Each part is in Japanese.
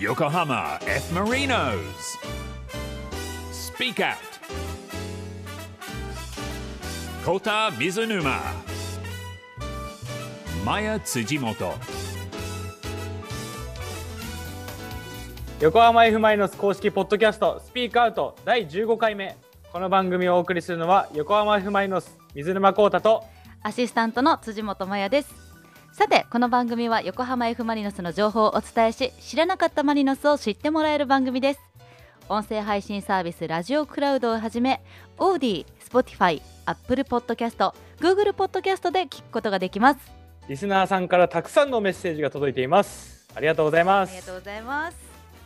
Yokohama F. Marinos. Speak Out. Kota Mizunuma. Maya Tsujimoto. 横浜 F ・マリノス公式ポッドキャストスピークアウト第15回目この番組をお送りするのは横浜 F ・マリノス水沼宏太とアシスタントの辻本真也です。さて、この番組は横浜 F ・マリノスの情報をお伝えし、知らなかったマリノスを知ってもらえる番組です。音声配信サービスラジオクラウドをはじめ、オーディ、スポティファイ、アップルポッドキャスト、グーグルポッドキャストで聞くことができます。リスナーさんからたくさんのメッセージが届いていますありがとうございまあすりがとうございます。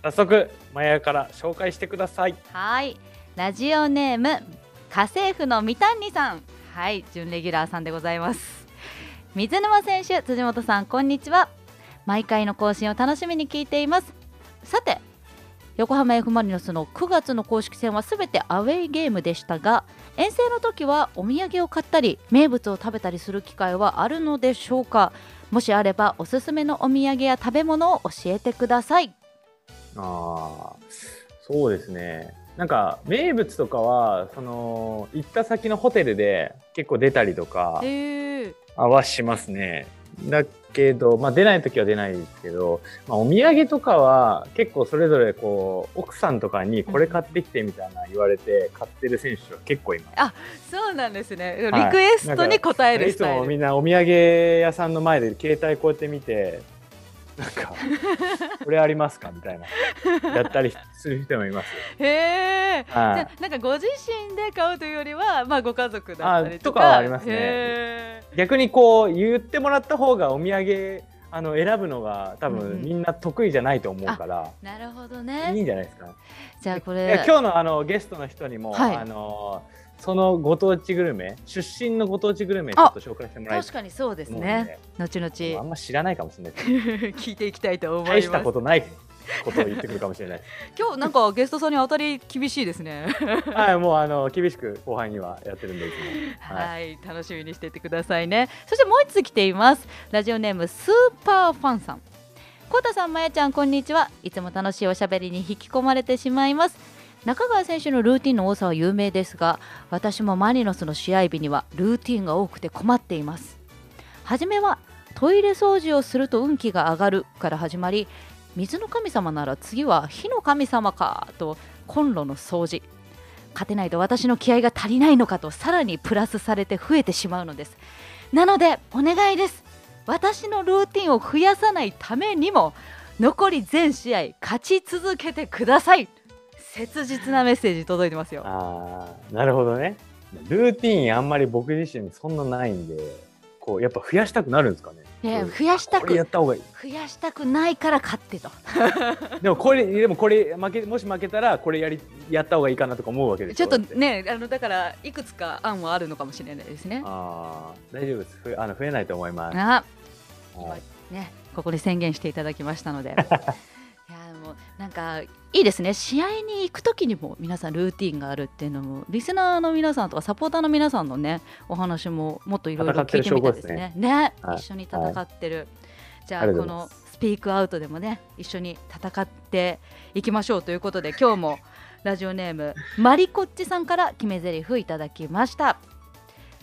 早速マヤから紹介してくださいはい、ラジオネーム家政婦の三谷さん、はい、準レギュラーさんでございます。水沼選手、辻本さん、こんにちは。毎回の更新を楽しみに聞いています。さて、横浜 F ・マリノスの9月の公式戦はすべてアウェイゲームでしたが、遠征の時はお土産を買ったり、名物を食べたりする機会はあるのでしょうか。もしあれば、おすすめのお土産や食べ物を教えてください。ああ、そうですね。なんか名物とかはその行った先のホテルで結構出たりとかえー、はしますね。だけど、まあ、出ない時は出ないですけど、まあ、お土産とかは結構それぞれこう奥さんとかにこれ買ってきてみたいな言われて買ってる選手は結構います。そうなんですね。はいリクエストに応えるいスつタイもル。みんなお土産屋さんの前で携帯こうやって見てなん かこれありますかみたいなやったりする人もいます。へえ。はいじゃあなんかご自身で買うというよりは、まあご家族だったりとか。あとかはありますねね。逆にこう言ってもらった方がお土産あの選ぶのが多うんう分んみんな得意じゃないと思うから、なるほどいいね。んじゃないですか。じゃあこいれや。今日のあのゲストの人にも、はいあのそのご当地グルメ出身のご当地グルメちょっと紹介してもらいた確いかにそうですと思うんね。後々であんま知らないかもしれないです。 聞いていきたいと思います。大したことないことを言ってくるかもしれ ない。今日なんかゲストさんに当たり厳しいですね。はいもうあの厳しく後輩にはやってるんでいつも。ははい、楽しみにしていてくださいね。そしてもう一つ来ています。ラジオネームスーパーファンさん。コウタさん、まやちゃん、こんにちは。いつも楽しいおしゃべりに引き込まれてしまいます。中川選手のルーティンの多さは有名ですが、私もマリノスの試合日にはルーティンが多くて困っています。はじめはトイレ掃除をすると運気が上がるから始まり、水の神様なら次は火の神様かとコンロの掃除。勝てないと私の気合が足りないのかとさらにプラスされて増えてしまうのですなのでお願いです私のルーティンを増やさないためにも残り全試合勝ち続けてください切実なメッセージ届いてます よああなるほどね。ルーティーンあんまり僕自身そんなないんで、こうやっぱ増やしたくなるんですかね。いやそう増やしたこれやくった方がいい。増やしたくないから勝ってとでもこれでもこれ負けもし負けたらこれやりやった方がいいかなとか思うわけでしちょ。ょっとだて。ねあのだからいくつか案はあるのかもしれないですねああ大丈夫です。ふあの増えないと思います。あはいね、ここで宣言していただきました ので。いやもうなんかいいですね、試合に行くときにも皆さん、ルーティンがあるっていうのも、リスナーの皆さんとか、サポーターの皆さんのね、お話ももっといろいろ戦って聞いるて証拠でみたいですすねね。ねはい一緒に戦ってる、じゃああ、りがとこうございまのスピークアウトでもね、一緒に戦っていきましょうということで、今日もラジオネーム、マリコッチさんから決め台詞いただきました。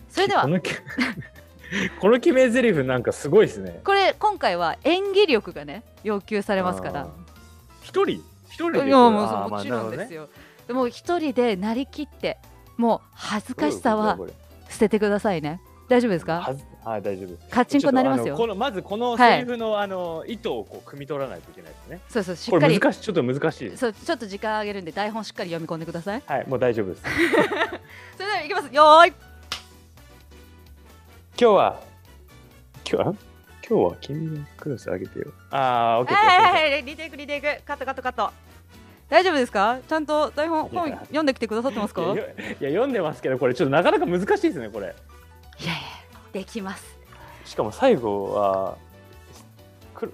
それではこのき この決め台詞なんかすごいですね。これ今回は演技力がね要求されますかあらー。一人一人でこいれ。やもうそうあーもちろんでまあなるす。ほどねよ、でも一人でなりきってもう恥ずかしさはどういうこ捨ててくださいね大丈夫ですとだこかれはずはい大丈夫 です。カチンコになりますちょっとあのこよのまずこのセリフの、あの意図をこう汲み取らないといけないですね。そうそうしこっかれり難しいちょっと難しいです。そうちょっと時間あげるんで台本しっかり読み込んでくださいはいもう大丈夫です。それではいきますよーい今日は今日は今日は君のクロス上げてよああオッケーはいはいはいリテイクリテイクカットカットカット大丈夫ですかちゃんと台本いや本読んできてくださってますかいやいいややよいや読んでますけどこれちょっとなかなか難しいですねこれできますしかも最後はクロ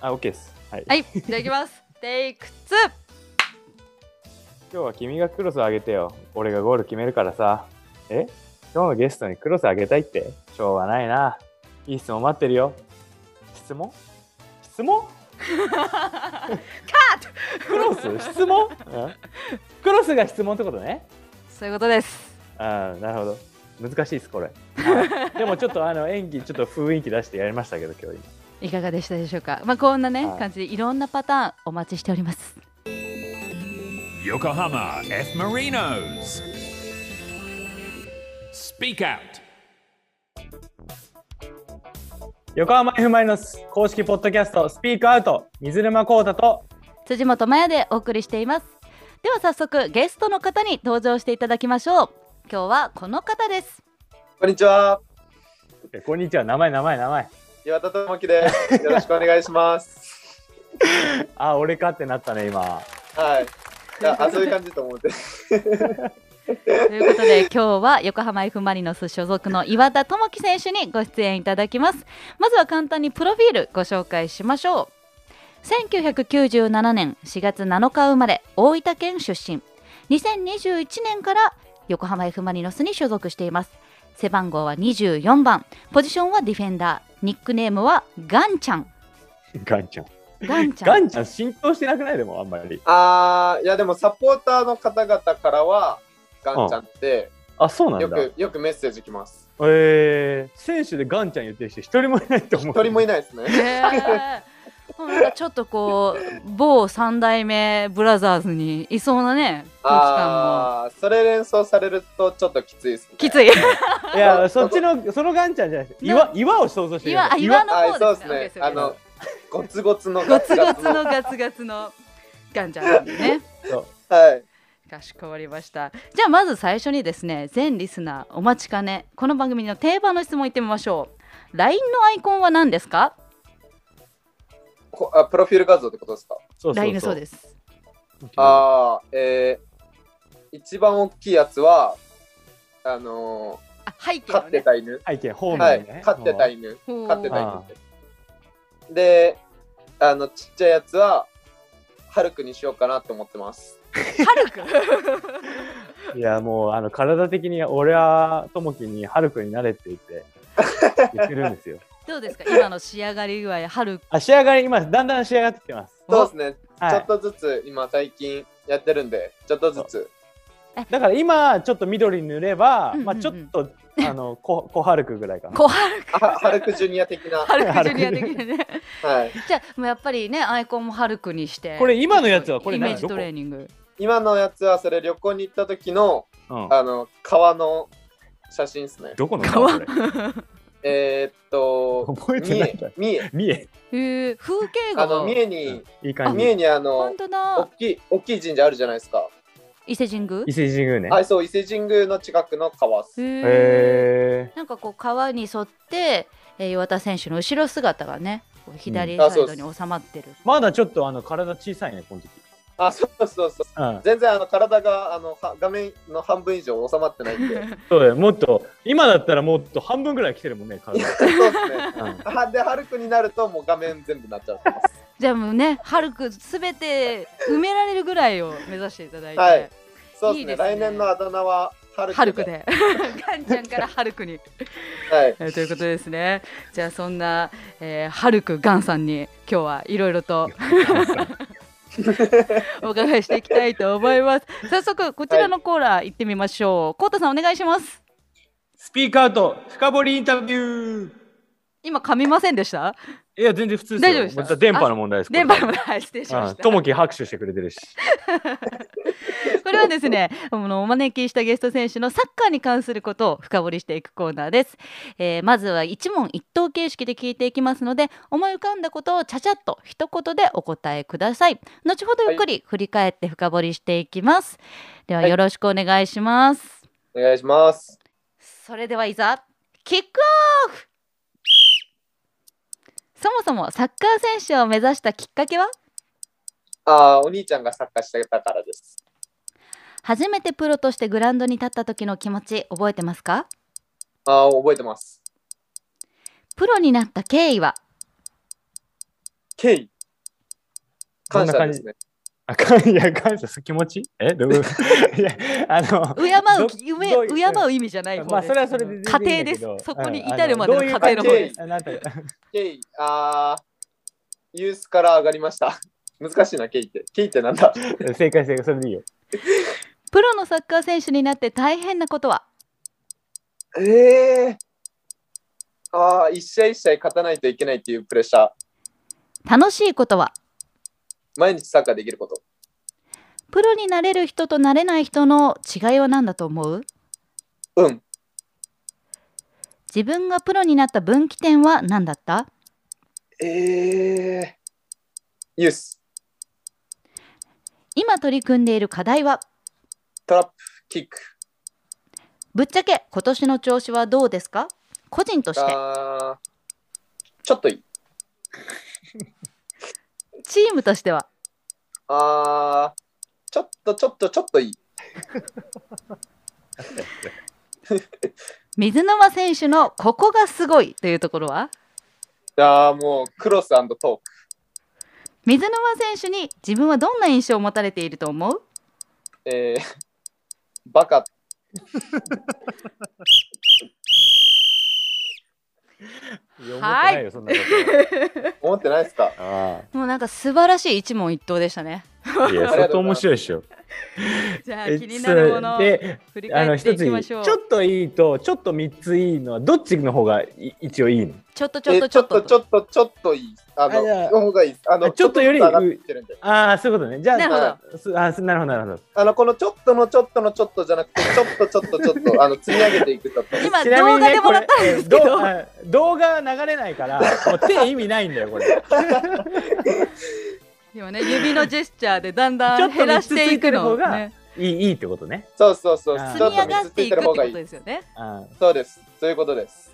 あオッケーですはい、はいじゃあいきますテイク2今日は君がクロス上げてよ俺がゴール決めるからさえ今日のゲストにクロス上げたいってしょうがないないい質問待ってるよ質問質問クロス質問、うんクロスが質問ってことね。そういうことです。ああ、なるほど。難しいです、これ。はいでもちょっとあの演技、ちょっと雰囲気出してやりましたけど、今日いかがでしたでしょうか。まあこんなねはい感じでいろんなパターンお待ちしております。 Yokohama F. Marinos. Speak Out. 横浜 F ・マイノス公式ポッドキャスト、スピークアウト、水沼宏太と、辻本麻也でお送りしています。では早速ゲストの方に登場していただきましょう。今日はこの方です。こんにちは。えこんにちは、名前、名前、名前。岩田智樹です。よろしくお願いします。ああ、俺かってなったね、今。はい。いやあ、そういう感じと思って。ということで今日は横浜 F ・マリノス所属の岩田智樹選手にご出演いただきますまずは簡単にプロフィールご紹介しましょう1997年4月7日生まれ大分県出身2021年から横浜 F ・マリノスに所属しています背番号は24番ポジションはディフェンダーニックネームはガンちゃんガンちゃん。ガンちゃんガンちゃん、浸透してなくないでも、あんまり。あー、いやでもサポーターの方々からは、ガンちゃんって、あ、そうなよんだ。く、よくメッセージ来ます。えー、選手でガンちゃん言ってる人、一人もいないと思う。一人もいない。ないで すね。へーもうなんかちょっとこう某三代目ブラザーズにいそうなね空気感もあー、それ連想されるとちょっときついですね。きついいや、そっちの、そのガンちゃんじゃないです。岩、岩を想像して岩あ岩のはい、そ方うですでねすね。あの、ゴツゴツのゴガツツゴガツツのの。ガツガツのガンちゃんなんでねはい。かしこまりましたじゃあまず最初にですね全リスナーお待ちかねこの番組の定番の質問いってみましょう LINE のアイコンは何ですかこあプロフィール画像ってことですかそうそうそう LINE そうですああー、えー、一番大きいやつは、あのあ背ー、景の飼ってねた犬。背景、ホームはいにね。、飼ってた犬。ほう飼ってた犬って。で、あの、ちっちゃいやつは、ハルクにしようかなって思ってます。ハルクいやもうあの体的に俺はともきにハルクになれって言って言ってるん ですよ。どうですか今の仕上がり具合ハルクあ仕上がり今だんだん仕上がってきてます。そうですね、はちょいっ。とずつ、今最近やってるんで、ちょっとずつ。だから今ちょっと緑に塗れば、うんうんうんまあちょっとあの小小ハルクぐらいかな。こうハルクあハルクジュニア的 な。ハルクジュニア的なねはい。じゃあもうやっぱりねアイコンもハルクにしてこれ今のやつはこれイメ何ージトレーニング今のやつは、それ旅行に行った時の、うん。あの、川の写真ですね。どこの川川こえー、っと、覚えて三ないんだ重、。三重。見えへ え風景画あの、が三重に、いい感三じ。重にあ本の、当大だきい、大きい神社あるじゃないですか。伊勢神宮伊勢神宮ね。はい、そう、伊勢神宮の近くの川っす。へえへなんかこう川に沿って、えー、岩田選手の後ろ姿がねこう左うんあサイそうドですに収まってる、ーまだちょっとあの体小さいねこの時。あ、そうそうそう。うん。全然あの体があのは画面の半分以上収まってないんで そうだよ。もっと今だったらもっと半分ぐらい来てるもんね 体。そうですねうん。はでハルクになるともう画面全部なっちゃってますじゃあもうねハルクすべて埋められるぐらいを目指していただいて、はいそうですねいいですね来年のあだ名はハルクハルクで ガンちゃんからハルクに、はいえーということですねじゃあそんな、えーハルクガンさんに今日はいろいろとお伺いしていきたいと思います早速こちらのコーナー行ってみましょう、コウタさんお願いしますスピーカーと深掘りインタビュー。今噛みませんでしたいや、全然普通大丈夫ですかもう電波の問題です。電波のはい失礼しまあしたともき拍手してくれてるし。これはですね、あのお招きしたゲスト選手のサッカーに関することを深掘りしていくコーナーです。えーまずは一問一答形式で聞いていきますので、思い浮かんだことをちゃちゃっと一言でお答えください。後ほどゆっくり振り返って深掘りしていきます。でははいよろしくお願いします。お願いしますそれではいざキックオフ。そもそもサッカー選手を目指したきっかけはあーお兄ちゃんがサッカーしてたからです初めてプロとしてグラウンドに立った時の気持ち覚えてますかあー覚えてますプロになった経緯は敬意どん感な謝感でじすねあかんいや、感謝、気持ちえどう いや、あの、敬うきどうめどうい敬う意味じゃない方です、まあ、それはそれで全家然いい庭んだでけすど。そこにうん至るまでのあ家庭の方どういうですあなんていうか敬意あーユースから上がりました。 難しいな、ケイって。ケイってなんだ 正解正解、それでいいよ。プロのサッカー選手になって大変なことはええああ、一試合一試合勝たないといけないっていうプレッシャー。楽しいことは毎日サッカーできること。プロになれる人となれない人の違いは何だと思ううん。自分がプロになった分岐点は何だったええユース、今取り組んでいる課題はトラップ、キック。ぶっちゃけ今年の調子はどうですか個人としてあーちょっといい。チームとしてはあーちょっとちょっとちょっといい。水沼選手のここがすごいというところはああ、もうクロストーク。水沼選手に自分はどんな印象を持たれていると思うえー、バカ。思ってないよ、そんなこと思ってないですかは。もうなんか素晴らしい一問一答でしたねああ。い や、相当面白いでしょ。じゃあ気になるものをで、振りあの返って一いつきいまい。しちょょうっちょといいと、ちょっと三ついいのは、どっちの方がい一応いいのっとちょっとちょっとえちょっとちょっといい。ああじゃあの、の方がいいです。あの、あちょっとよりちょっと上がってきてるんで。ああ、そういうことね。じゃあ、なるほどあすあすなるほど、なるほど。あの、このちょっとのちょっとのちょっとじゃなくて、ちょっとちょっとちょっと、あの、積み上げていくちょっと。今ちなみ動に画ねでもらったんですけこれえーど、うあ動画は流れないから、もう手意味ないんだよ、これ。でもね指のジェスチャーでだんだちょんっと減らしていくのを三つついてる方がねいい、いいってことね。そうそうそう。あーち積ょみ上っとが三っつつていいてくっるて方こがといい。ですよね。あーそうです。そういうことです。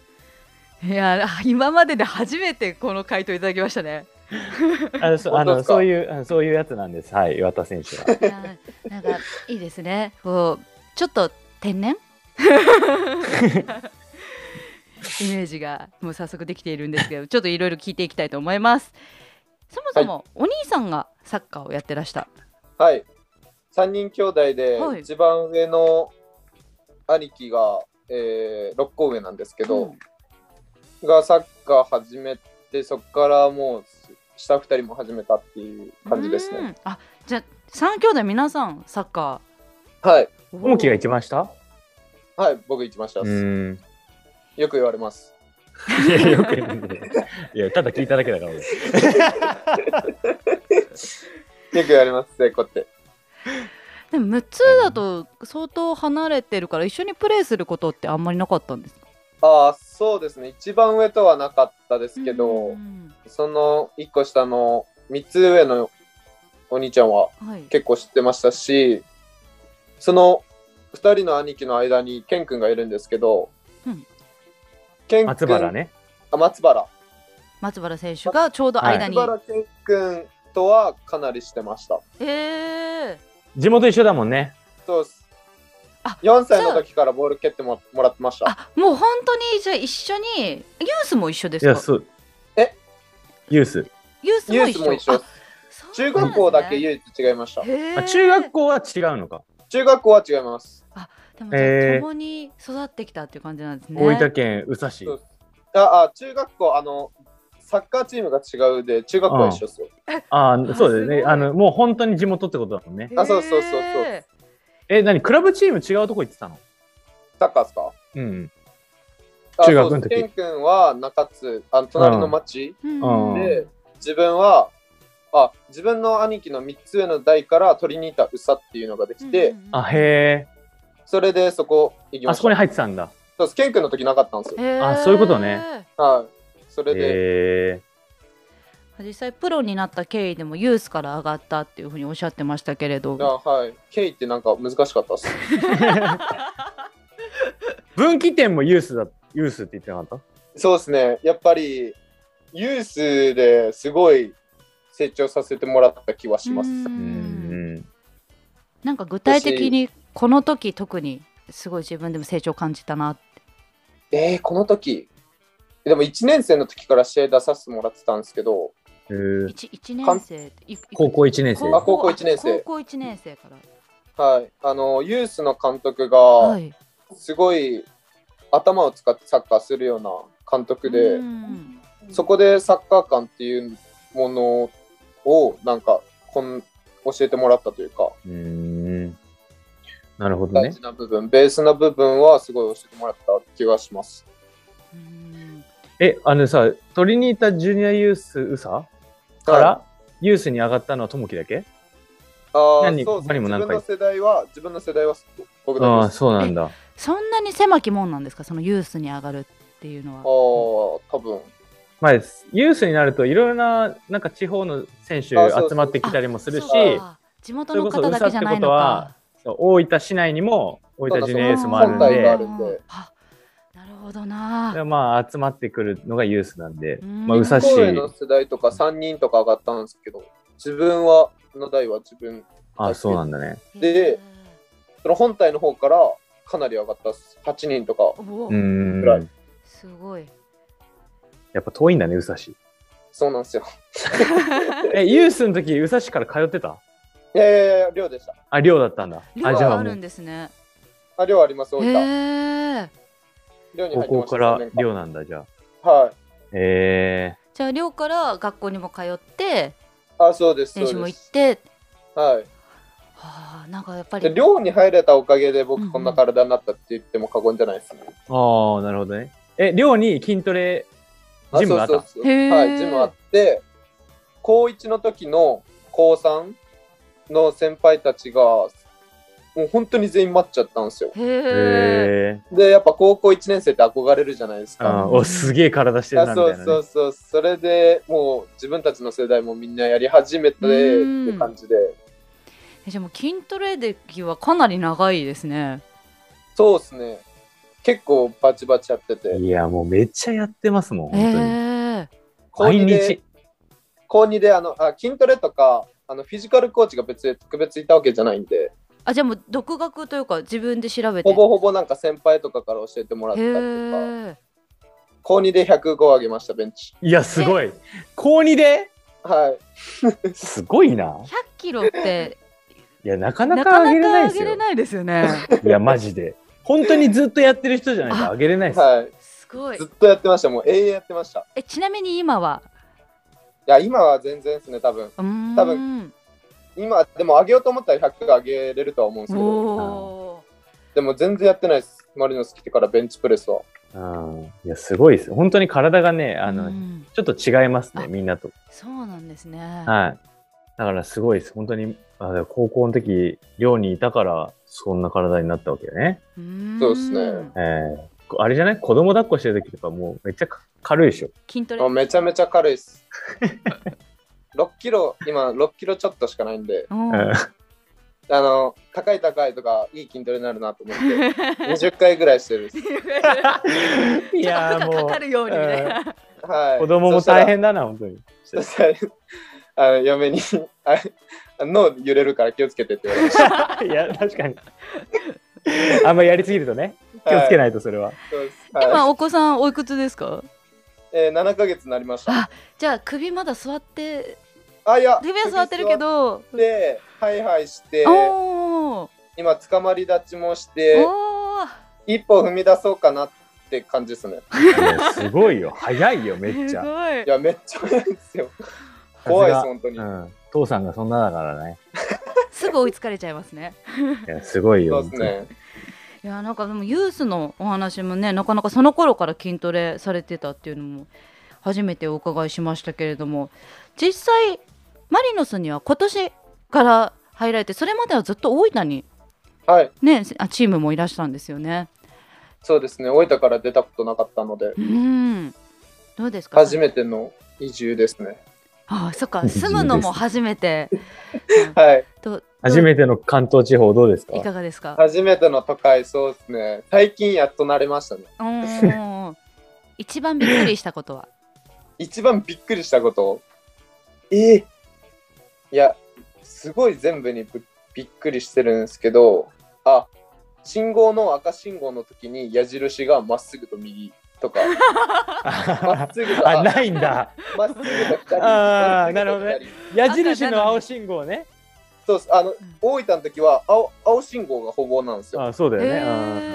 いやー今までで初めてこの回答いただきましたね。あのそうあ本当でのすかそういうあのそういうやつなんです。はい、岩田選手 は。なんかいいですね。こうちょっと天然イメージがもう早速できているんですけど、ちょっといろいろ聞いていきたいと思います。そもそもお兄さんがサッカーをやってらした。はい。3人兄弟ではい一番上の兄貴が、え6個上なんですけど、がサッカー始めてそこからもう下2人も始めたっていう感じですうね。ん。あじゃあ三兄弟皆さんサッカはい、ー。モキが一番下はい、僕行きました。うよーん。く言われます。いや、よく言うんだよいや、ただ聞いただけだから俺。よく言われます、成功って。でも6つだと相当離れてるから一緒にプレーすることってあんまりなかったんですかああ、そうですね、一番上とはなかったですけど、うんその1個下の3つ上のお兄ちゃんははい、結構知ってましたしその2人の兄貴の間にケン君がいるんですけど、うんケン君松原ね。あ松原松原選手がちょうど間松に、原健君とはかなりしてましたえー、地元一緒だもんね。そうですあ4歳の時からボール蹴ってももらってましたあもう本当にじゃあ一緒にユースも一緒でいすや、かそう。えユース。ユースユもー一ス緒も一緒ですあ中学校だけユ唯一違いましたース、へーあ中学校は違うのか。中学校は違いますでもじゃあえー共に育ってきたっていう感じなんですね大分県宇佐市。そうああ中学校あのサッカーチームが違うで中学校は一緒ですよあああ、そうだよすね。ごいあの、もう本当に地元ってことだもんね。あそうそうそうそうへえ、何クラブチーム違うとこ行ってたのサッカーですかうん。あ中学の時そうですケン君は中津あの隣の町、ーうんで、自分は、あ、自分の兄貴の3つ上の代から取りに行った宇佐っていうのができて、うんうんうんあ、へえ。それでそこ行きまあしそこた。に入ってたんだ。そうです。ケン君の時なかったんですよ。へーあそういうことねはい。それで、へえ。実際プロになった経緯でもユースから上がったっていうふうにおっしゃってましたけれどあはい。ケイってなんか難しかったっす。分岐点もユースだ、ユースって言ってなかっそうですね。やっぱり、ユースですごい成長させてもらった気はします。うたうんん。なんか具体的にこの時特にすごい自分でも成長感じたなえー、この時、でも1年生の時から試合出させてもらってたんですけど、へー 1, 一年生っていいく高校1年生。あ高校一年生高校一年生からはい。あの、ユースの監督が、はいすごい頭を使ってサッカーするような監督で、うんそこでサッカー観っていうものを、なんか、こん教えてもらったというか、うーん。なるほど大ね事。な部分、ベースな部分はすごい教えてもらった気がします。うんえ、あのさ、取りに行ったジュニアユースウサからユースに上がったのはともきだけあ何あ、そうです他にね。も自何分かの世代は、自分の世代は僕だけああ、です。そうなんだ。そんなに狭きもんなんですかそのユースに上がるっていうのああ、は。多分。まあ、ユースになるといろいろな、なんか地方の選手あそうそう集まってきたりもするし、そうか地元の方だけじゃないのか。そう大分市内にも大分ジュニアユースもあるんそうだそうだ本体があで、るんであなるほどな。まあ集まってくるのがユースなんで、うんまあ、宇佐市公、演の世代とか3人とか上がったんですけど、自分は、の代は自分、あそうなんだね。でその本体の方からかなり上がったっす。8人とか、おおうーん。暗いすごい。やっぱ遠いんだね、宇佐市。そうなんですよ。え、ユースの時、宇佐市から通ってたいやいやいや、寮でした。あ、寮だったんだ。量あ、じゃがああもるんう、ですね。あ、寮あります、大へ分。え。寮高に入ってま校した。から三年間寮なんだ、じゃあ。はい。えじゃあ寮から学校にも通ってあ、そうです。練習そうもで行っす。て、はい。はあなんかやっぱでり。寮に入れたおかげでうんうん僕こんな体になったって言っても過言じゃないですね。ー、ああ、なるほどね。え、寮に筋トレ、あジムがあったそうそうそうへーはい、ジムあって、高1の時の高3の先輩たちが、もう本当に全員待っちゃったんですよ。へえ。えで、やっぱ高校1年生って憧れるじゃないですー、あか。ーおすげえ体してるあなみたいそな、うね。そうそう、それでもう自分たちの世代もみんなやり始めてうんって感じで、えじゃあもう筋トレ歴はかなり長いですね。そうですね、結構バチバチやってて、いや、もうめっちゃやってますもん、へ本当に。え。高2毎で日。高2であのあ筋トレとかあのフィジカルコーチが別に特別いたわけじゃないんで、あじゃあもう独学というか自分で調べて。ほぼほぼなんか先輩とかから教えてもらったへりとか、え。高2で105上げました、ベンチ。いや、すごい。高2ではい。すごいな。 100キロっていや、なかななかか上げれないでなか上すげれよ。ないですよね。いや、マジで。本当にずっとやってる人じゃないと上げれないです。はい。すごいずっ。とやってました、もう永遠やってました。いえちなみに今はや、今は全然ですね、多分。うーん多分今、でも上げようと思ったら100上げれるとは思うんですけど、おーでも全然やってないです。マリノス来てからベンチプレスは。うん。いや、すごいです。本当に体がね、あの、うんちょっと違いますね、あみんなと。そうなんですね。はい。だからすごいです。本当に、あだから高校の時、寮にいたから、そんな体になったわけよね。うーんそうですねえーこあれじゃない子供抱っこしてる時とかもうめっちゃか軽いでしょ。筋トレもう。めちゃめちゃ軽いです。6キロ、今6キロちょっとしかないんで、うんうんあの、高い高いとか、いい筋トレになるなと思って、20 回ぐらいしてるです。いいややー負荷もがかかるようにね。はうい。 子供も大変だな本当に。そしたら。そしたらあの嫁にああ脳揺れるから気をつけてって言われま した。いや確かに。あんまやりすぎるとね気をつけないとそれは。そうです今はいお子さんおいくつですか？えー、7ヶ月になりました。じゃあ首まだ座ってあ、いや、首は座ってるけど。首座って。ハイハイして、おー今、つかまり立ちもしおて、ー一歩踏み出そうかなって感じですね。いやすごいよ早いよめっちすゃ。ごいいや、めっちゃ早いで すよ。怖いです、さすが本当に。うん父さんがそんなだからね。すぐ追いつかれちゃいますね。いやすごいそよ。うですね。いやなんかでもユースのお話もねなかなかその頃から筋トレされてたっていうのも初めてお伺いしましたけれども実際マリノスには今年から入られてそれまではずっと大分に、はい、ね、せあチームもいらしたんですよね。そうですね。大分から出たことなかったのでう、んどうですか初めての移住ですね。あそっか住むのも初めて。はい。どう初めての関東地方どうですかい。かがですか初めての都会、そうですね。最近やっと慣れましたね。うーん一番びっくりしたことは。一番びっくりしたことええいやすごい全部にぶびっくりしてるんですけどあ信号の赤信号の時に矢印がまっすぐと右 とかま あっすぐとあないんだ。まっすぐと左あーまっすぐと左なるほどね矢印の青信号ね。そうっすあの大分の時は青青信号がほぼなんですよ、あそうだよね。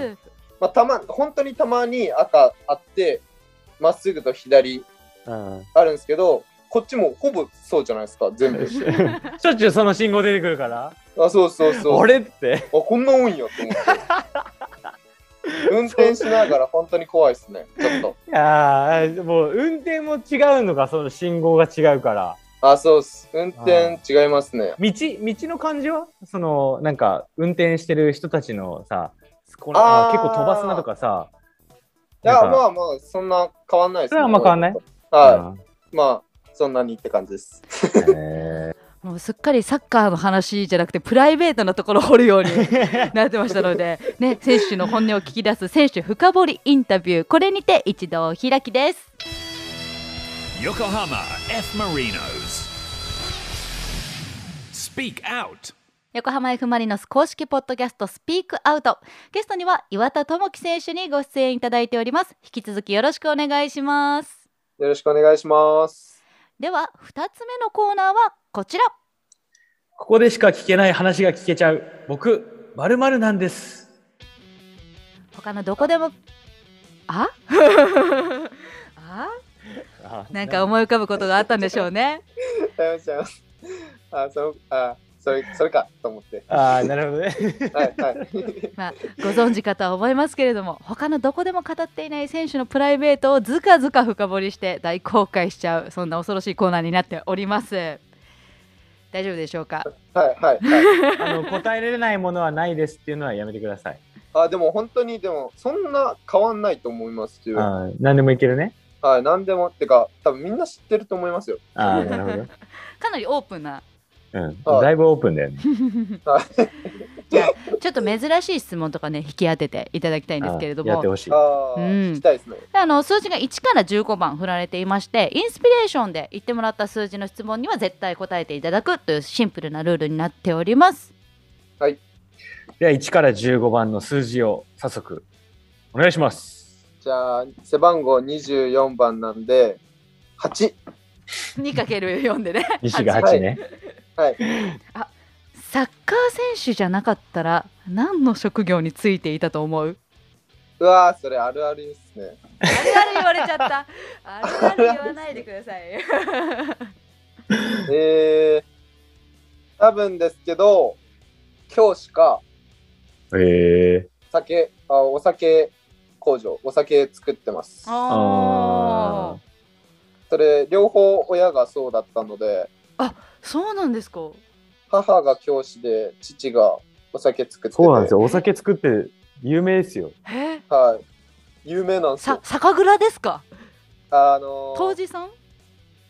えまあ、たま本当にたまに赤あってまっすぐと左うんうんあるんですけどこっちもほぼそうじゃないですか、全部。しょっちゅうその信号出てくるから。あ、そうそうそう。あれって。あ、こんな多いんやと思って。運転しながら本当に怖いですね、ちょっと。いやーもう運転も違うのか、その信号が違うから。あ、そうっす。運転違いますね。道、道の感じはその、なんか、運転してる人たちのさ、このあーあ結構飛ばすなとかさ。いや、なんかまあまあ、そんな変わんないですそれはあんま変わんないはい。まあ、そんなにって感じです。うんへもうすっかりサッカーの話じゃなくてプライベートなところを掘るようにーなってましたので、ね、選手の本音を聞き出す選手深掘りインタビューこれにて一度お開きです Yokohama F. Marinos. Speak Out. 横浜 F ・マリノス公式ポッドキャストスピークアウトゲストには岩田智樹選手にご出演いただいております引き続きよろしくお願いしますよろしくお願いします。では2つ目のコーナーはこちらここでしか聞けない話が聞けちゃう。僕、まるなんです。他のどこでもあ あなんか思い浮かぶことがあったんでしょうねあやちゃん。 あ、その、あ、それ、それかと思って。ああ、なるほどね。はい、はい。 ご存知かとは思いますけれども他のどこでも語っていない選手のプライベートをずかずか深掘りして大公開しちゃうそんな恐ろしいコーナーになっております大丈夫でしょうかはい、はい、はい。あの答えられないものはないですっていうのはやめてください。あ、でも本当に、でも、そんな変わんないと思いますし、はあー何でもいけるね。い、なんでも、ってか、多分みんな知ってると思いますよ。ああ、なるかなりオープンなほど。うん、はいだいぶオープンだよね。じゃあちょっと珍しい質問とかね引き当てていただきたいんですけれどあーやっもてほしい。ああ、うん聞きたいですね。あの数字が1から15番振られていましてインスピレーションで言ってもらった数字の質問には絶対答えていただくというシンプルなルールになっておりますでは1から15番の数字を早速お願いします。じゃあ、背番号24番なんで、8。 2×4 でね西がは8いね。はい。サッカー選手じゃなかったら何の職業についていたと思ううわー、それあるあるですね。あるある言われちゃったあるある言わないでくださいえー、多分ですけど、教師か、へえ酒あ、お酒工場、お酒作ってます。あーそれ、両方親がそうだったので、そうなんですか母が教師で、父がお酒作ってて、そうなんですよ。お酒作って有名ですよ。えはい。有名なんですさよ。酒蔵ですかあのー当時さんい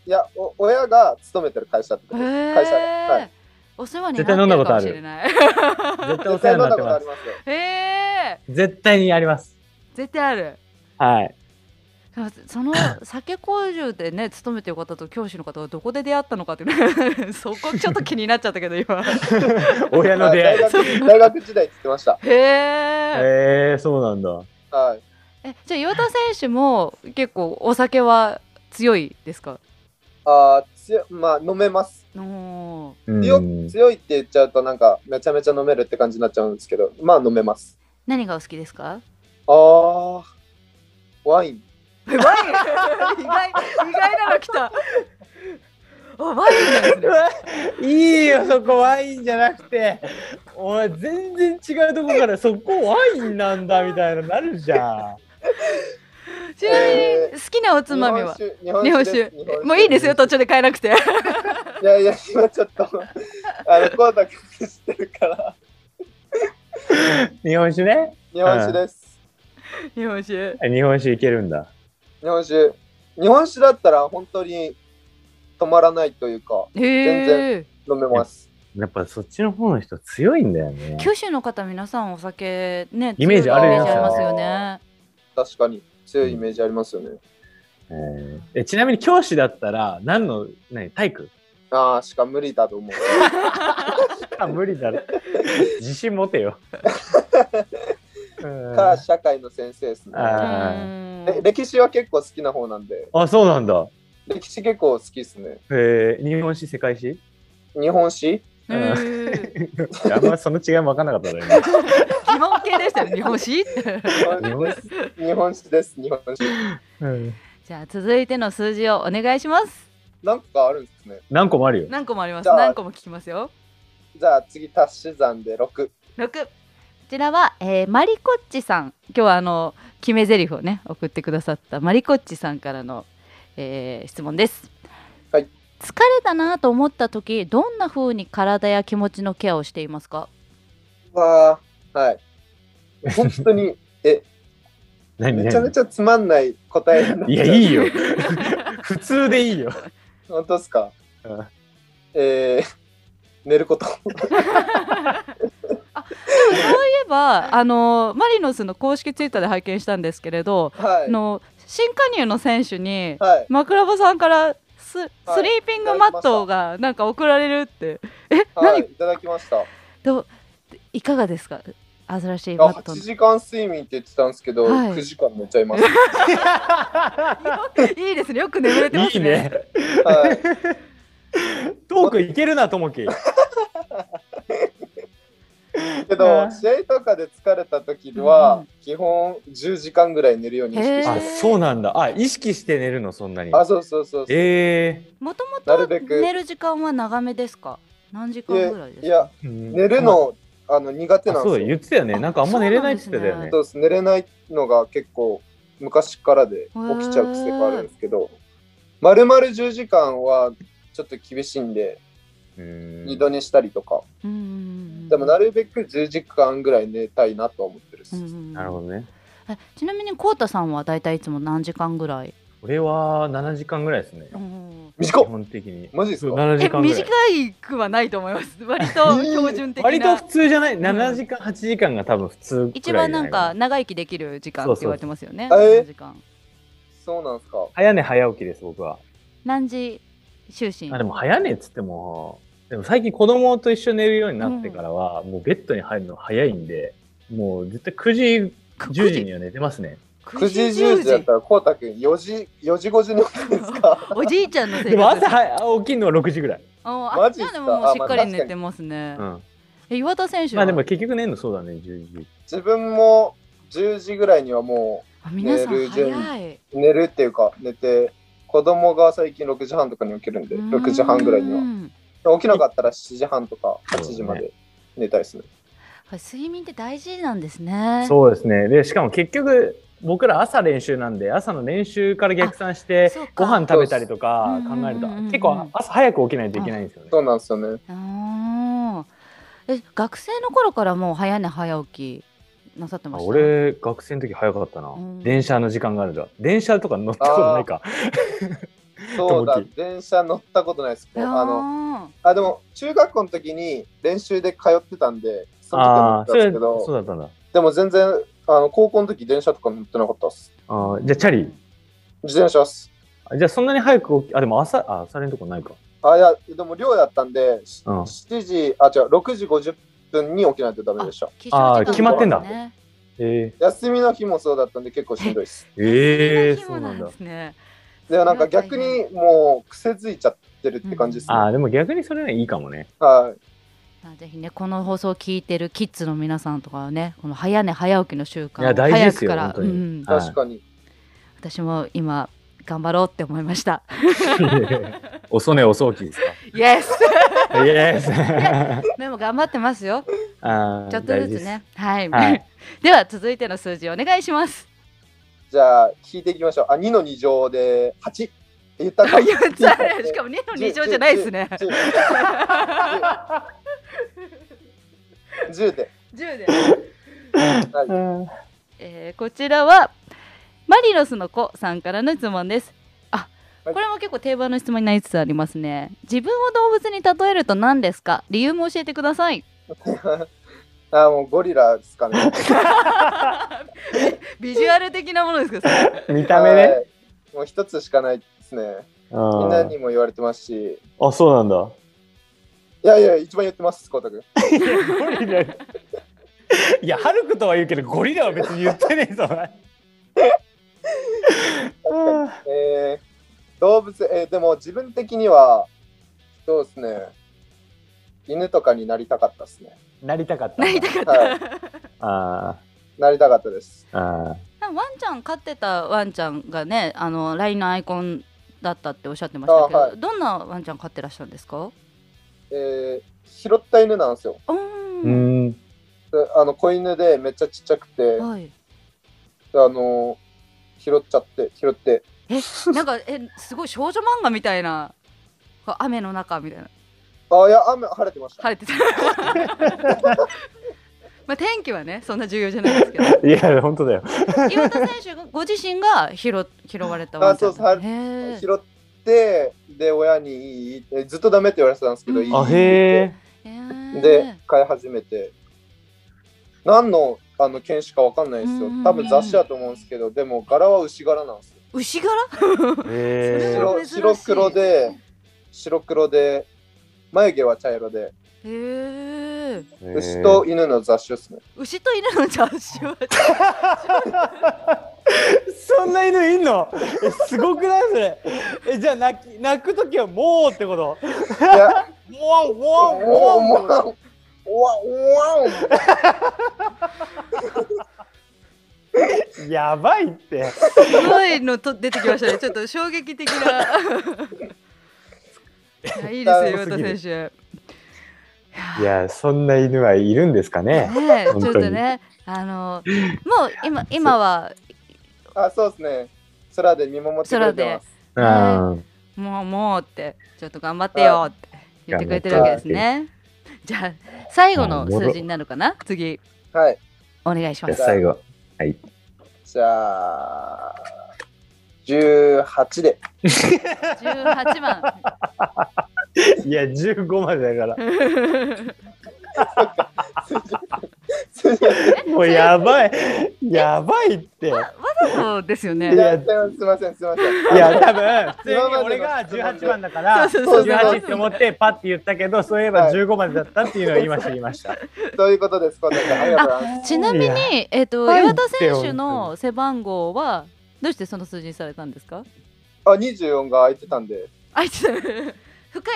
やお、親が勤めてる会社ってことですえ会社はいお世話になってるかもしれない絶対お絶世話に対飲んなっだてことあまりす。ますえよ。え絶対にあります。絶対あるはい。そうその酒工場でね勤めてる方と教師の方はどこで出会ったのかってねそこちょっと気になっちゃったけど今親の出会いあ。大学大学時代って言ってました。へえへえそうなんだ。はい。えじゃあ岩田選手も結構お酒は強いですかあーつよまあ飲めますおーうん強強いって言っちゃうとなんかめちゃめちゃ飲めるって感じになっちゃうんですけどまあ飲めます何がお好きですかあーワインワイン意外意外なの 来たあワインなんですねいいよそこワインじゃなくてお前全然違うとこからそこワインなんだみたいななるじゃんちなみに好きなおつまみは日本日本酒酒日本酒もういいですよ途中で変えなくていやいや今ちょっとあのコータ隠してるから日本酒ね日本酒です、 日本酒日本酒いけるんだ日本酒日本酒だったら本当に止まらないというかへえ飲めますやっぱそっちの方の人強いんだよね九州の方皆さんお酒ねイメージある強いイよねメージありますよね確かに強いイメージありますよね、えーえちなみに教師だったら何の何体育ああしか無理だ と思うあ無理だろ自信持てようんか社会の先生ですねうあれん歴史は結構好きな方なんで、あそうなんだ歴史結構好きですね。えー、日本史世界史 日本史ううんんいやあんまその違いも分かんなかったね今疑問系でしたよ日本日史 本史 日本史です、日本史。うんじゃあ続いての数字をお願いします何個かあるんですね。何個もあるよ。何個もありますじゃあ何個も聞きますよじゃあ次、足し算で6。 6こちらは、えーマリコッチさん今日はあの決め台詞をね送ってくださったマリコッチさんからの、えー質問です、はい疲れたなと思った時どんな風に体や気持ちのケアをしていますかわあ、はい。本当 に、え、何めちゃめ何ちゃつまんない答えになっいちや、ゃうい いよ。普通でいいよ。本当ですかうんえー、寝ること。そういえばあのマリノスの公式ツイッターで拝見したんですけれど、はあい。の新加入の選手にはい。枕場さんからススリーピングマットがなんか送られるってえは何い、いただきました。どういかがですかアズラシーあマット8の時間睡眠って言ってたんですけど、はい9時間寝ちゃ います。いいですねよく眠れてまいすいねね。はい。トークいけるな、ともき。けうどん試合とかで疲れた時は、うん基本10時間ぐらい寝るように意識してへまあ、ーす。そうなんだ。あ、意識して寝るの、そんなに。あそうそうそうそうえもともなるとべく寝る時間は長めですか何時間ぐらいですかいやえー。寝るのあの苦手あ。なんそうだ、です言よ。ってたよね。なんかあんま寝れないって言ってたよねそう。です寝れないのが結構昔からで起きちゃう癖があるんですけどまるまる10時間はちょっと厳しいんでうん二度寝したりとかうんうんうんでもなるべく10時間ぐらい寝たいなとは思ってるっすうんうんうんなるほどね。えちなみにコウタさんはだいたいいつも何時間ぐらい、俺は7時間ぐらいですね。うん短基っ本的に。マジですそうか7え時間ぐら短い。くはないと思い ます割と標準的な割と普通じゃないん ?7 時間、8時間が多分普通くらいじ一ゃい番なんか長生きできる時間って言われてますよね。そうそう7時間そうなんですか早寝早起きです、僕は。何時就寝あでも早寝っつっても、でも最近子供と一緒に寝るようになってからは、もうベッドに入るの早いんで、もう絶対9時、 9 10時には寝てますね。 9時10時だったらこうたくん4時4時5時に起きてるんで すかおじいちゃんの生でも活朝早起きるのは6時ぐらい。あマあジっじすゃあでかももうしっかり寝てますね、うん。え岩田選手まは、あでも結局寝るのそうだね、10時。自分も10時ぐらいにはもあ皆さ寝んる順早い、う寝るっていうか寝て子供が最近6時半とかに起きるんでうーん6時半ぐらいには起きなかったら7時半とか8時まで寝たりする、はい睡眠って大事なんですねそうですね。で、しかも結局、僕ら朝練習なんで、朝の練習から逆算して、そうかご飯食べたりとかそうっす考えるとうんうんうんうん結構朝早く起きないといけないんですよね。そうなんですよねうーんえ学生の頃からもう早寝早起きなさってまあした俺学生の時早かったな、うん電車の時間があるじゃん電車とか乗ったことないかそうだ友樹電車乗ったことないですああののあでも中学校の時に練習で通ってたんでその時は乗あっあーたそんでれすけそうどだったんだでも全然あの高校の時電車とか乗ってなかったっすあーじゃあチャリ自転車っすあじゃあそんなに早く起きあでも朝あ朝練とかないかあいやでも寮だったんで、しうん7時あ違う6時50分に起きないとダメでしたあー決まってんだね、え休みの日もそうだったんで結構しんど いですー、えー、そそううななんんでだすねでもなんか逆にもう癖づいちゃってるって感じですね、あーでも逆にそれはいいかも ねはいあぜひねこの放送を聞いてるキッズの皆さんとかはねこの早寝早起きの習慣いや大事早ですくよから、本当にうんはい確かに、私も今頑張ろうって思いました。 おそねお早期 ですイエスかイエスでも頑張ってますよ。あーちょっと大事ずでつすね。はい。はいでは続いての数字お願いし ます。じゃあ聞いていきましょうあ2の2乗で8って言ったか言っちゃ うしかも2の2乗じゃないですね。 10で、 10で、はいうんえーこちらはマリノスの子さんからの質問です。あはいこれも結構定番の質問になりつつありますね。自分を動物に例えると何ですか理由も教えてください。あもうゴリラですか ねビジュアル的なものですけど、それ見た目ねはいもう一つしかないですねみんなにあも言われてますしあそうなん だいやいや一番言ってますコウタ君ゴリラ。いや、ハルクとは言うけど、ゴリラは別に言ってねえぞ。お前えー動物、えーでも自分的には、そうですね、犬とかになりたかったですね。 なりたかった。なりたかった。はいあなりたかったです。あ、ああ、ワンちゃん飼ってたワンちゃんがねあの LINE のアイコンだったっておっしゃってましたけど、あはいどんなワンちゃん飼ってらっしゃるんですかえー拾った犬なんですよ。ううーん、ん。であの子犬でめっちゃちっちゃくて、あはい、の拾っちゃって、拾って、えなんかえすごい少女漫画みたいなこう雨の中みたいなあ、いや、雨、晴れてました。晴れてた まあ天気はねそんな重要じゃないです けどいや、本当だよ。岩田選手がご自身が拾拾われたワンちゃんあそうへえ拾って、で、親にいいえずっとダメって言われてたんですけど、うんいいあ、へえ。へえで、飼い始めて、何のあの犬種かわかんないですようんうんうん。多分雑誌だと思うんですけど、でも柄は牛柄なんですよ。牛柄へそれはー白珍しい白黒で、白黒で、眉毛は茶色で、へえ牛と犬の雑種です ね。牛と犬の雑誌はそんな犬いんのえすごくないそれえじゃあ泣き泣く時はもうってこといや、もわんもおわんもおわおんもわおわおわやばいって。すごいのと出てきましたね。ちょっと衝撃的 な。いやいいですよ、岩田選手。いや、そんな犬はいるんですかね。ねえ、ちょっ本当にとね、あの、もう今、今は、あ、そうですね。空で見守ってくれてます。うん。もう、もうって、ちょっと頑張ってよって言ってくれてるわけですね。じゃあ、最後の数字になるかな次、はい。お願いしじゃまあす。最後。じゃあ、18で。 18番。いや、15までだかすいませんら。もうやばい。やばいって。いそうですよいね。やすいません、すいません。や多分普通に俺が18番だからそうそうそう18って思ってパッて言ったけどそういえばはい15までだったっていうのを今知りましたそういうことです、小田さん。ありがとうございます。ちなみいやに、えっと、入って岩よ田選手の背番号は、どうしてその数字にされたんですかあ、24が空いてたんで、あいつ深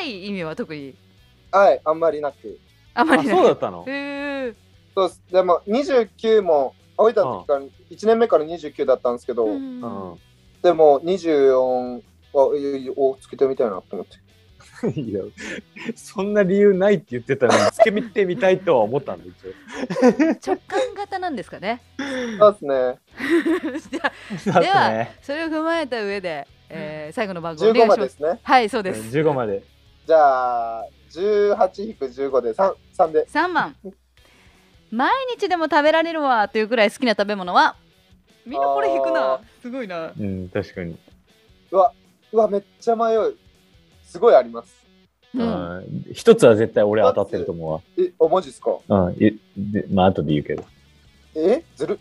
い意味は特にはい、あんまりなく。あまあ、りない。そうだったのへーそうです。でも、29も、降りた時から、1年目から29だったんですけど、うんうでも、24、あ、いやいやお、つけてみたいなと思っん。て。いや、そんな理由ないって言ってたのに、つけてみたいとは思ったんですよ。直感型なんですかね。 そうですね。じでゃあ では、それを踏まえた上で、えー最後の番号お願15いましでま。ですすね。はい、そうです。 15まで。じゃあ、18-15で3、3で。三番。毎日でも食べられるわというくらい好きな食べ物は。みんなこれ引くあな。すごいな。うん、確かに。うわ、めっちゃ迷う。すごいあります。うん。うん一つは絶対俺当たってると思え、お、マジですかうわ。うん。いでまあ、後で言うけど。えずる。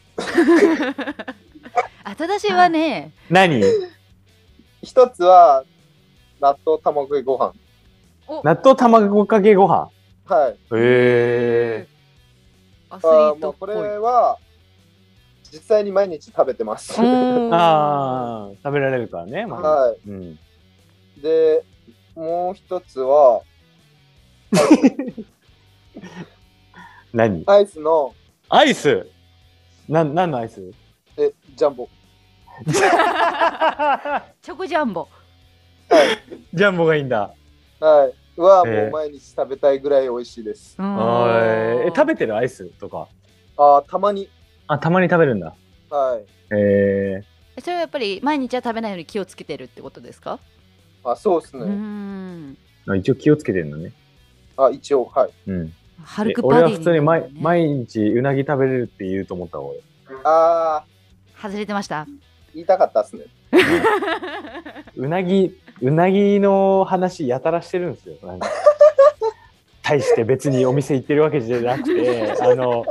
あただしはね、何一つは、納豆卵かけご飯。納豆卵かけご飯。はい。へアスリあーーまトあっこぽれい。は実際に毎日食べてます。う んああ、食べられるからね。まあはうん。い。で、もう一つは何アイスのアイスなん、何のアイスえジャンボ。チョコジャンボ。ジャンボがいいんだ。はい。はえーもう毎日食べたいぐらい美味しいです。うんはいえ、食べてるアイスとか。ああたまに。あ、たまに食べるんだ。はい。えそれはやっぱり毎日は食べないように気をつけてるってことですか？あそうですうね。ん。ー、一応気をつけてるのね。あ一応はい。うん。ハえルクバ俺ディは普通にな毎るんだね毎日うなぎ食べれるって言うと思ったわ俺。ああ外れてました。言いたかったですね。うなぎ、うなぎの話やたらしてるんですよ。 なんか大して別にお店行ってるわけじゃなくて、あの、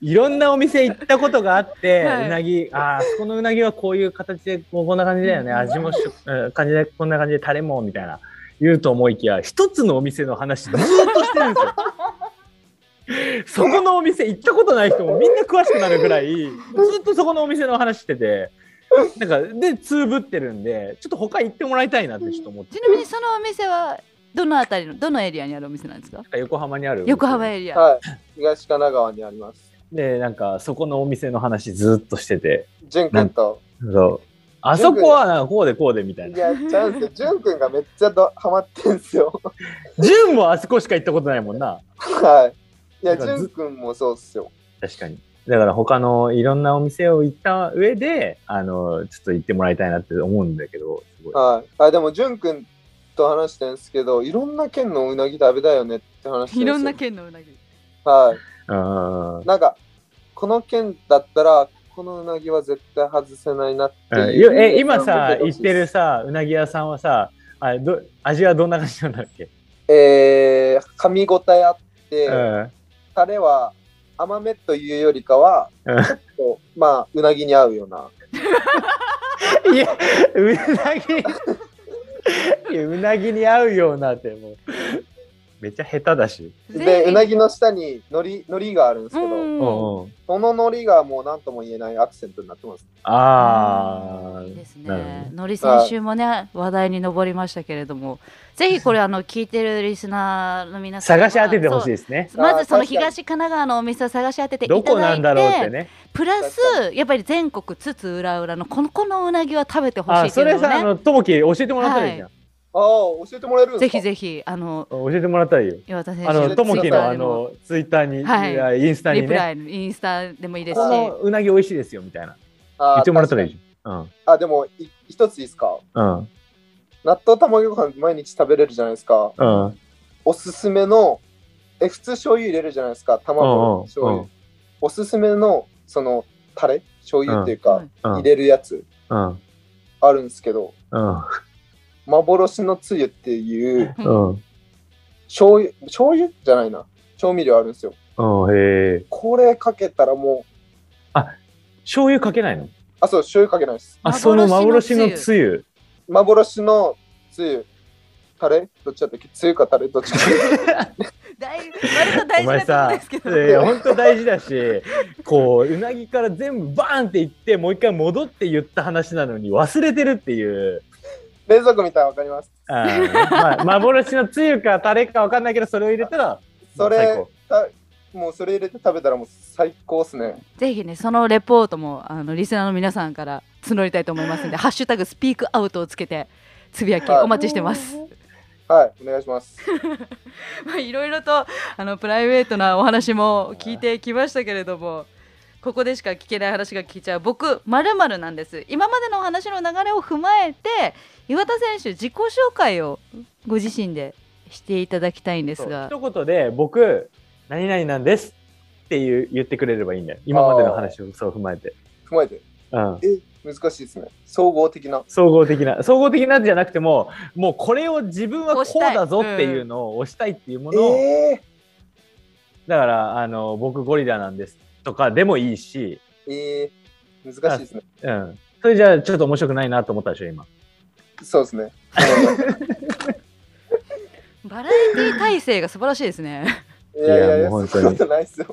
いろんなお店行ったことがあって、はいうなぎ、ああ、そこのうなぎはこういう形で、こうこんな感じだよね、味もしょ、うん感じで、こんな感じでタレも、みたいな、言うと思いきや、一つのお店の話ずーっとしてるんですよ。そこのお店行ったことない人もみんな詳しくなるぐらい、ずーっとそこのお店の話してて、なんかでつぶってるんでちょっと他行ってもらいたいなってちょっと思ってちなみにそのお店はどのあたりのどのエリアにあるお店なん ですか？横浜にある横浜エリア。はい。東神奈川にあります。でなんかそこのお店の話ずっとしててジュン君とそあそこはなんかこうでこうでみたいいな。や、チャ ンス、ジュン君がめっちゃどハマってんすよ。 純もあそこしか行ったことないもんな。はい。いや、だジからずュン君もそうっすよ。確かに。だから他のいろんなお店を行った上で、あの、ちょっと行ってもらいたいなって思うんだけど、すごい。はい。あ、でも、ジュン君と話してんすけど、いろんな県のうなぎ食べたいよねって話してんすよ。いろんな県のうなぎ。はい。うん。なんか、この県だったら、このうなぎは絶対外せないなってうんいう。え、今さ、行ってるす。さ、うなぎ屋さんはさ、あど味はどんな感じなんだっけ、えー、噛み応えあって、うん。タレは甘めというよりかは、うんちょっと、まあ、うなぎに合うような。 いや、うなぎ。 いや、うなぎに合うようなって、もう。めっちゃ下手だし。で、う全なぎの下に海苔、海苔があるんですけど、うん。うんうん。その海苔がもう何とも言えないアクセントになってます。あうんいいーですなるほどね。のり先週もね、話題に上りましたけれども、ぜひこれ、あの、聞いてるリスナーの皆さんは。探し当ててほしいい。ですね。まずそのあー確かに東神奈川のお店を探し当てていたどだいてこなんだろうってね。プラス確やっぱり全国津々浦々のこのこのうなぎは食べてほしいあ、ってそいれうのさ、あをねの、ともき教えてもらったらいいじゃん。ああ、教えてもらえるんでぜすかひぜひあの教えてもらったらいいよ。岩田選あ手の、ともきツイッタの、あーでもの、ツイッターに、はいいやインスタにリプね。ライのインスタでもいいですこしのうなぎ美味しいですよみたいな。あー言ってもらったらいいじゃん。あ、でも、い一ついいですかうん。納豆卵ご飯毎日食べれるじゃないですか。うん。うん。おすすめの、え、普通醤油入れるじゃないですか。うんうん卵、醤う油ん。おすすめの、その、タレ醤油っていううかん、うん入。れるやつうん。あるんですけど、うん。幻のつゆっていう、うん。醤油、醤油じゃないな。調味料あるんですよ。うん。へえ。これかけたらもう、醤油かけないのあ、そう、醤油かけないです。あ、その幻幻ののつつゆ。幻のつゆ、タレどっちだったっけつゆかタレど っちか。お前だい割と大事なとこさ、ですけど、いや本当大事だし、こう、うなぎから全部バーンって言って、もう一回戻って言った話なのに忘れてるっていう。冷蔵庫見たらわかります。うんまあ、幻のつゆかタレかわかんないけど、それを入れたら、そ最れ高、たもうそれ入れて食べたらもう最高っすね。ぜひねそのレポートもあのリスナーの皆さんから募りたいと思いますので「ハッシュタグスピークアウト」をつけてつぶやきはいお待ちしてます。はい、お願いします。まあいろいろとあのプライベートなお話も聞いてきましたけれどもここでしか聞けない話が聞けちゃう僕まるなんです今までのお話の流れを踏まえて岩田選手自己紹介をご自身でしていただきたいんですがそう一言で僕何々なんですっていう言ってくれればいいんだよ今までの話をそう踏まえて、踏まえて、うん、え、難しいですね。総合的な。総合的な総合的なじゃなくてももうこれを自分はこうだぞっていうのを押したいっていうものを、えだからあの僕ゴリラなんですとかでもいいし、ー、えー、難しいですね。うん、それじゃあちょっと面白くないなと思ったでしょ今そうです ね。バラエティ体制が素晴らしいですねいやいやいいやや、もう本そ当んなにことないっすよ。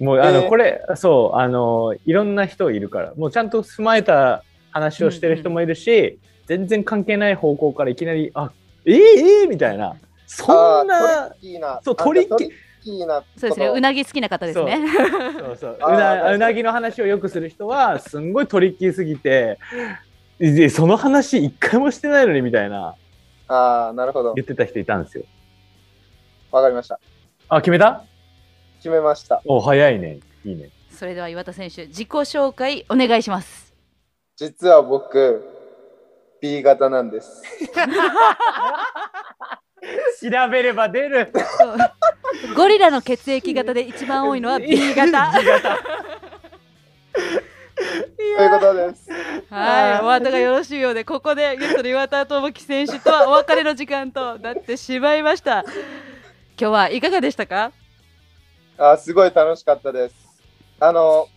もうあの、えーこれそうあのいろんな人いるからもうちゃんと踏まえた話をしてる人もいるし、全然関係ない方向からいきなり「あえー、えーみたいなそんあーなトリッキーな。そうなんかトリッキートリッキーなこと。そうですねうなぎ好きな方ですねそうそうあうー確かなにうなぎの話をよくする人はすんごいトリッキーすぎてでその話一回もしてないのにみたいなああ、なるほど。言ってた人いたんですよ。わかりました。あ決めた決めました。お早いねいいね。それでは岩田選手自己紹介お願いします 実は僕、B 型なんです。調べれば出るゴリラの血液型で一番多いの は B 型 B 型ということです。はい、お後がよろしいようで、ここでゲストの岩田智樹選手とはお別れの時間となってしまいました。今日はいかがでしたか。あすごい楽しかったです。あの、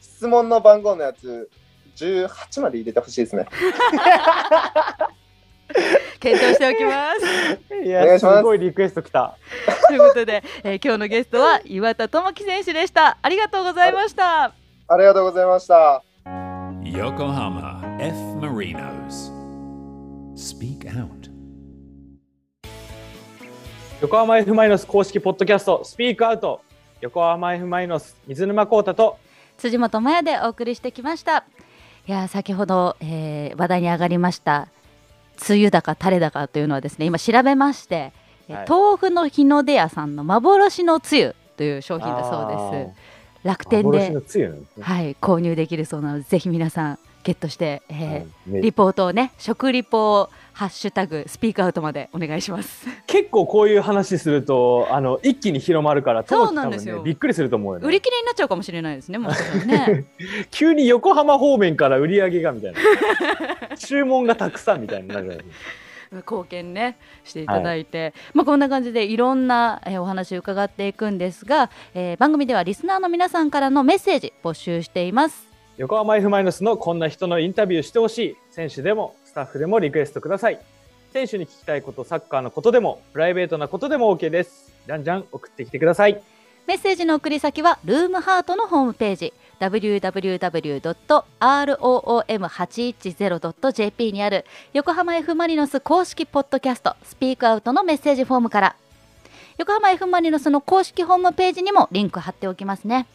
質問の番号のやつ、18まで入れてほしいですね。検討しておきます。い お願やいしすますごいリクエストきた。ということで、えー今日のゲストは岩田智樹選手でした。ありがとうございました。ありがとうございました。 Yokohama F. Marinos. Speak out. 横浜 F マイノス公式ポッドキャストスピークアウト横浜 F マイノス水沼孝太と辻本真也でお送りしてきました。いやー先ほど、えー話題に上がりました梅雨だかタレだかというのはですね今調べまして、えーはい豆腐の日の出屋さんの幻のつゆという商品だそうです楽天幻での、つゆなんですね。はい、購入できるそうなのでぜひ皆さんゲットして、えーうんねリポートをね食リポをハッシュタグスピークアウトまでお願いします結構こういう話するとあの一気に広まるからそう多なん分ですよねびっくりすると思うよ、ね、売り切れになっちゃうかもしれないですねもしかしたらね急に横浜方面から売り上げがみたいな注文がたくさんみたいになるよね貢献ねしていただいて、まあ、こんな感じでいろんなえーお話を伺っていくんですが、えー番組ではリスナーの皆さんからのメッセージ募集しています横浜 F ・マイナスのこんな人のインタビューしてほしい選手でもスタッフでもリクエストください選手に聞きたいことサッカーのことでもプライベートなことでも OK ですじゃんじゃん送ってきてくださいメッセージの送り先はルームハートのホームページ www.room810.jp にある横浜 F ・マリノス公式ポッドキャストスピークアウトのメッセージフォームから横浜 F ・マリノスの公式ホームページにもリンク貼っておきますね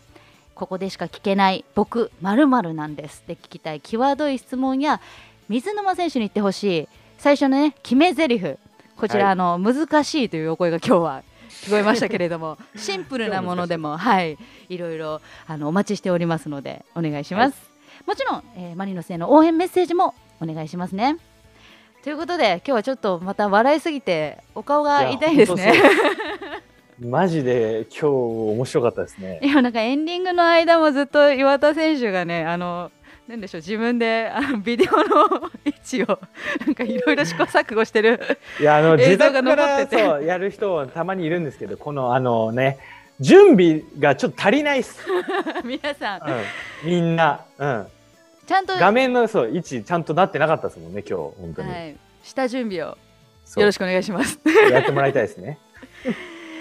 ここでしか聞けない僕〇〇なんですで聞きたい際どい質問や水沼選手に言ってほしい最初のね決め台詞こちら、はいあの難しいというお声が今日は 聞こえましたけれどもシンプルなものでもはいいろいろあのお待ちしておりますのでお願いします、もちろん、えーマリノスへの応援メッセージもお願いしますねということで今日はちょっとまた笑いすぎてお顔が痛いですねや本当そうマジで今日面白かったですね いやなんかエンディングの間もずっと岩田選手がねあのなんでしょう自分であのビデオの位置をなんかいろいろ試行錯誤して るいやあの映自像宅かが残らっててそうやる人はたまにいるんですけどこのあのね準備がちょっと足りないっす、皆さんうん、みんな、うん、ちゃんと、画は面のそう位置ちゃんとなってなかったですもんね今日本当に、い、下準備をそうよろしくお願い します、やってもらいたいですね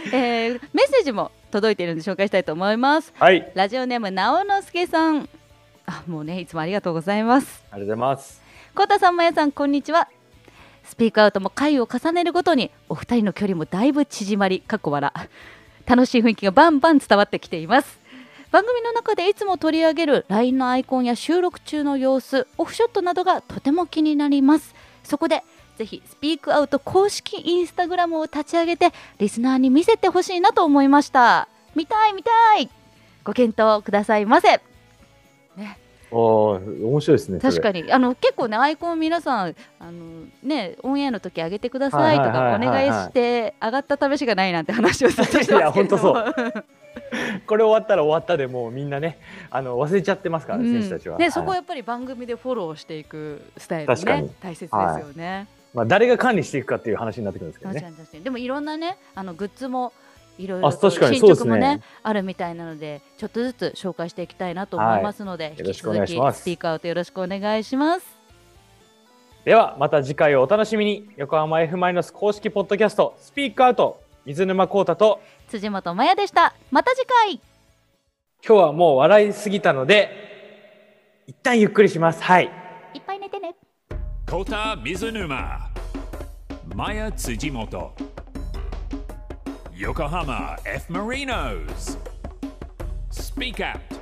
えーメッセージも届いているので紹介したいと思いますはいありがラジオネームなおのすけさんあもうねいつもありがとうございますとうございますコタさんまやさんこんにちはスピークアウトも回を重ねるごとにお二人の距離もだいぶ縮まりかっこ笑楽しい雰囲気がバンバン伝わってきています番組の中でいつも取り上げる LINE のアイコンや収録中の様子オフショットなどがとても気になりますそこでぜひスピークアウト公式インスタグラムを立ち上げてリスナーに見せてほしいなと思いました見たい見たいご検討くださいませおー面白いですね確にかにあの結構ねアイコン皆さんあのねオンエアの時上げてくださいとはいかはおいはいはい願いして上がった試しがないなんて話をずっとしてますけれども いや本これ終わったら終わったでもうみんなねあの忘れちゃってますからね、選手たちは、ねはいそこはやっぱり番組でフォローしていくスタイル確かねに大切ですよね、まあ、誰が管理していくかっていう話になってくるんですけど確ねかに確かにでもいろんなねあのグッズもいろいろあと確かに進捗もそうねですねあるみたいなのでちょっとずつ紹介していきたいなと思いますのよで、引ろきしくお続願きいスしますピークアウトよろしくお願いしますではまた次回をお楽しみに横浜 F ・マイナス公式ポッドキャストスピークアウト水沼孝太と辻本麻也でしたまた次回今日はもう笑いすぎたので一旦ゆっくりしますはいいっぱい寝てね Kota Mizunuma, Maya Tsujimoto, Yokohama F. Marinos. Speak Out.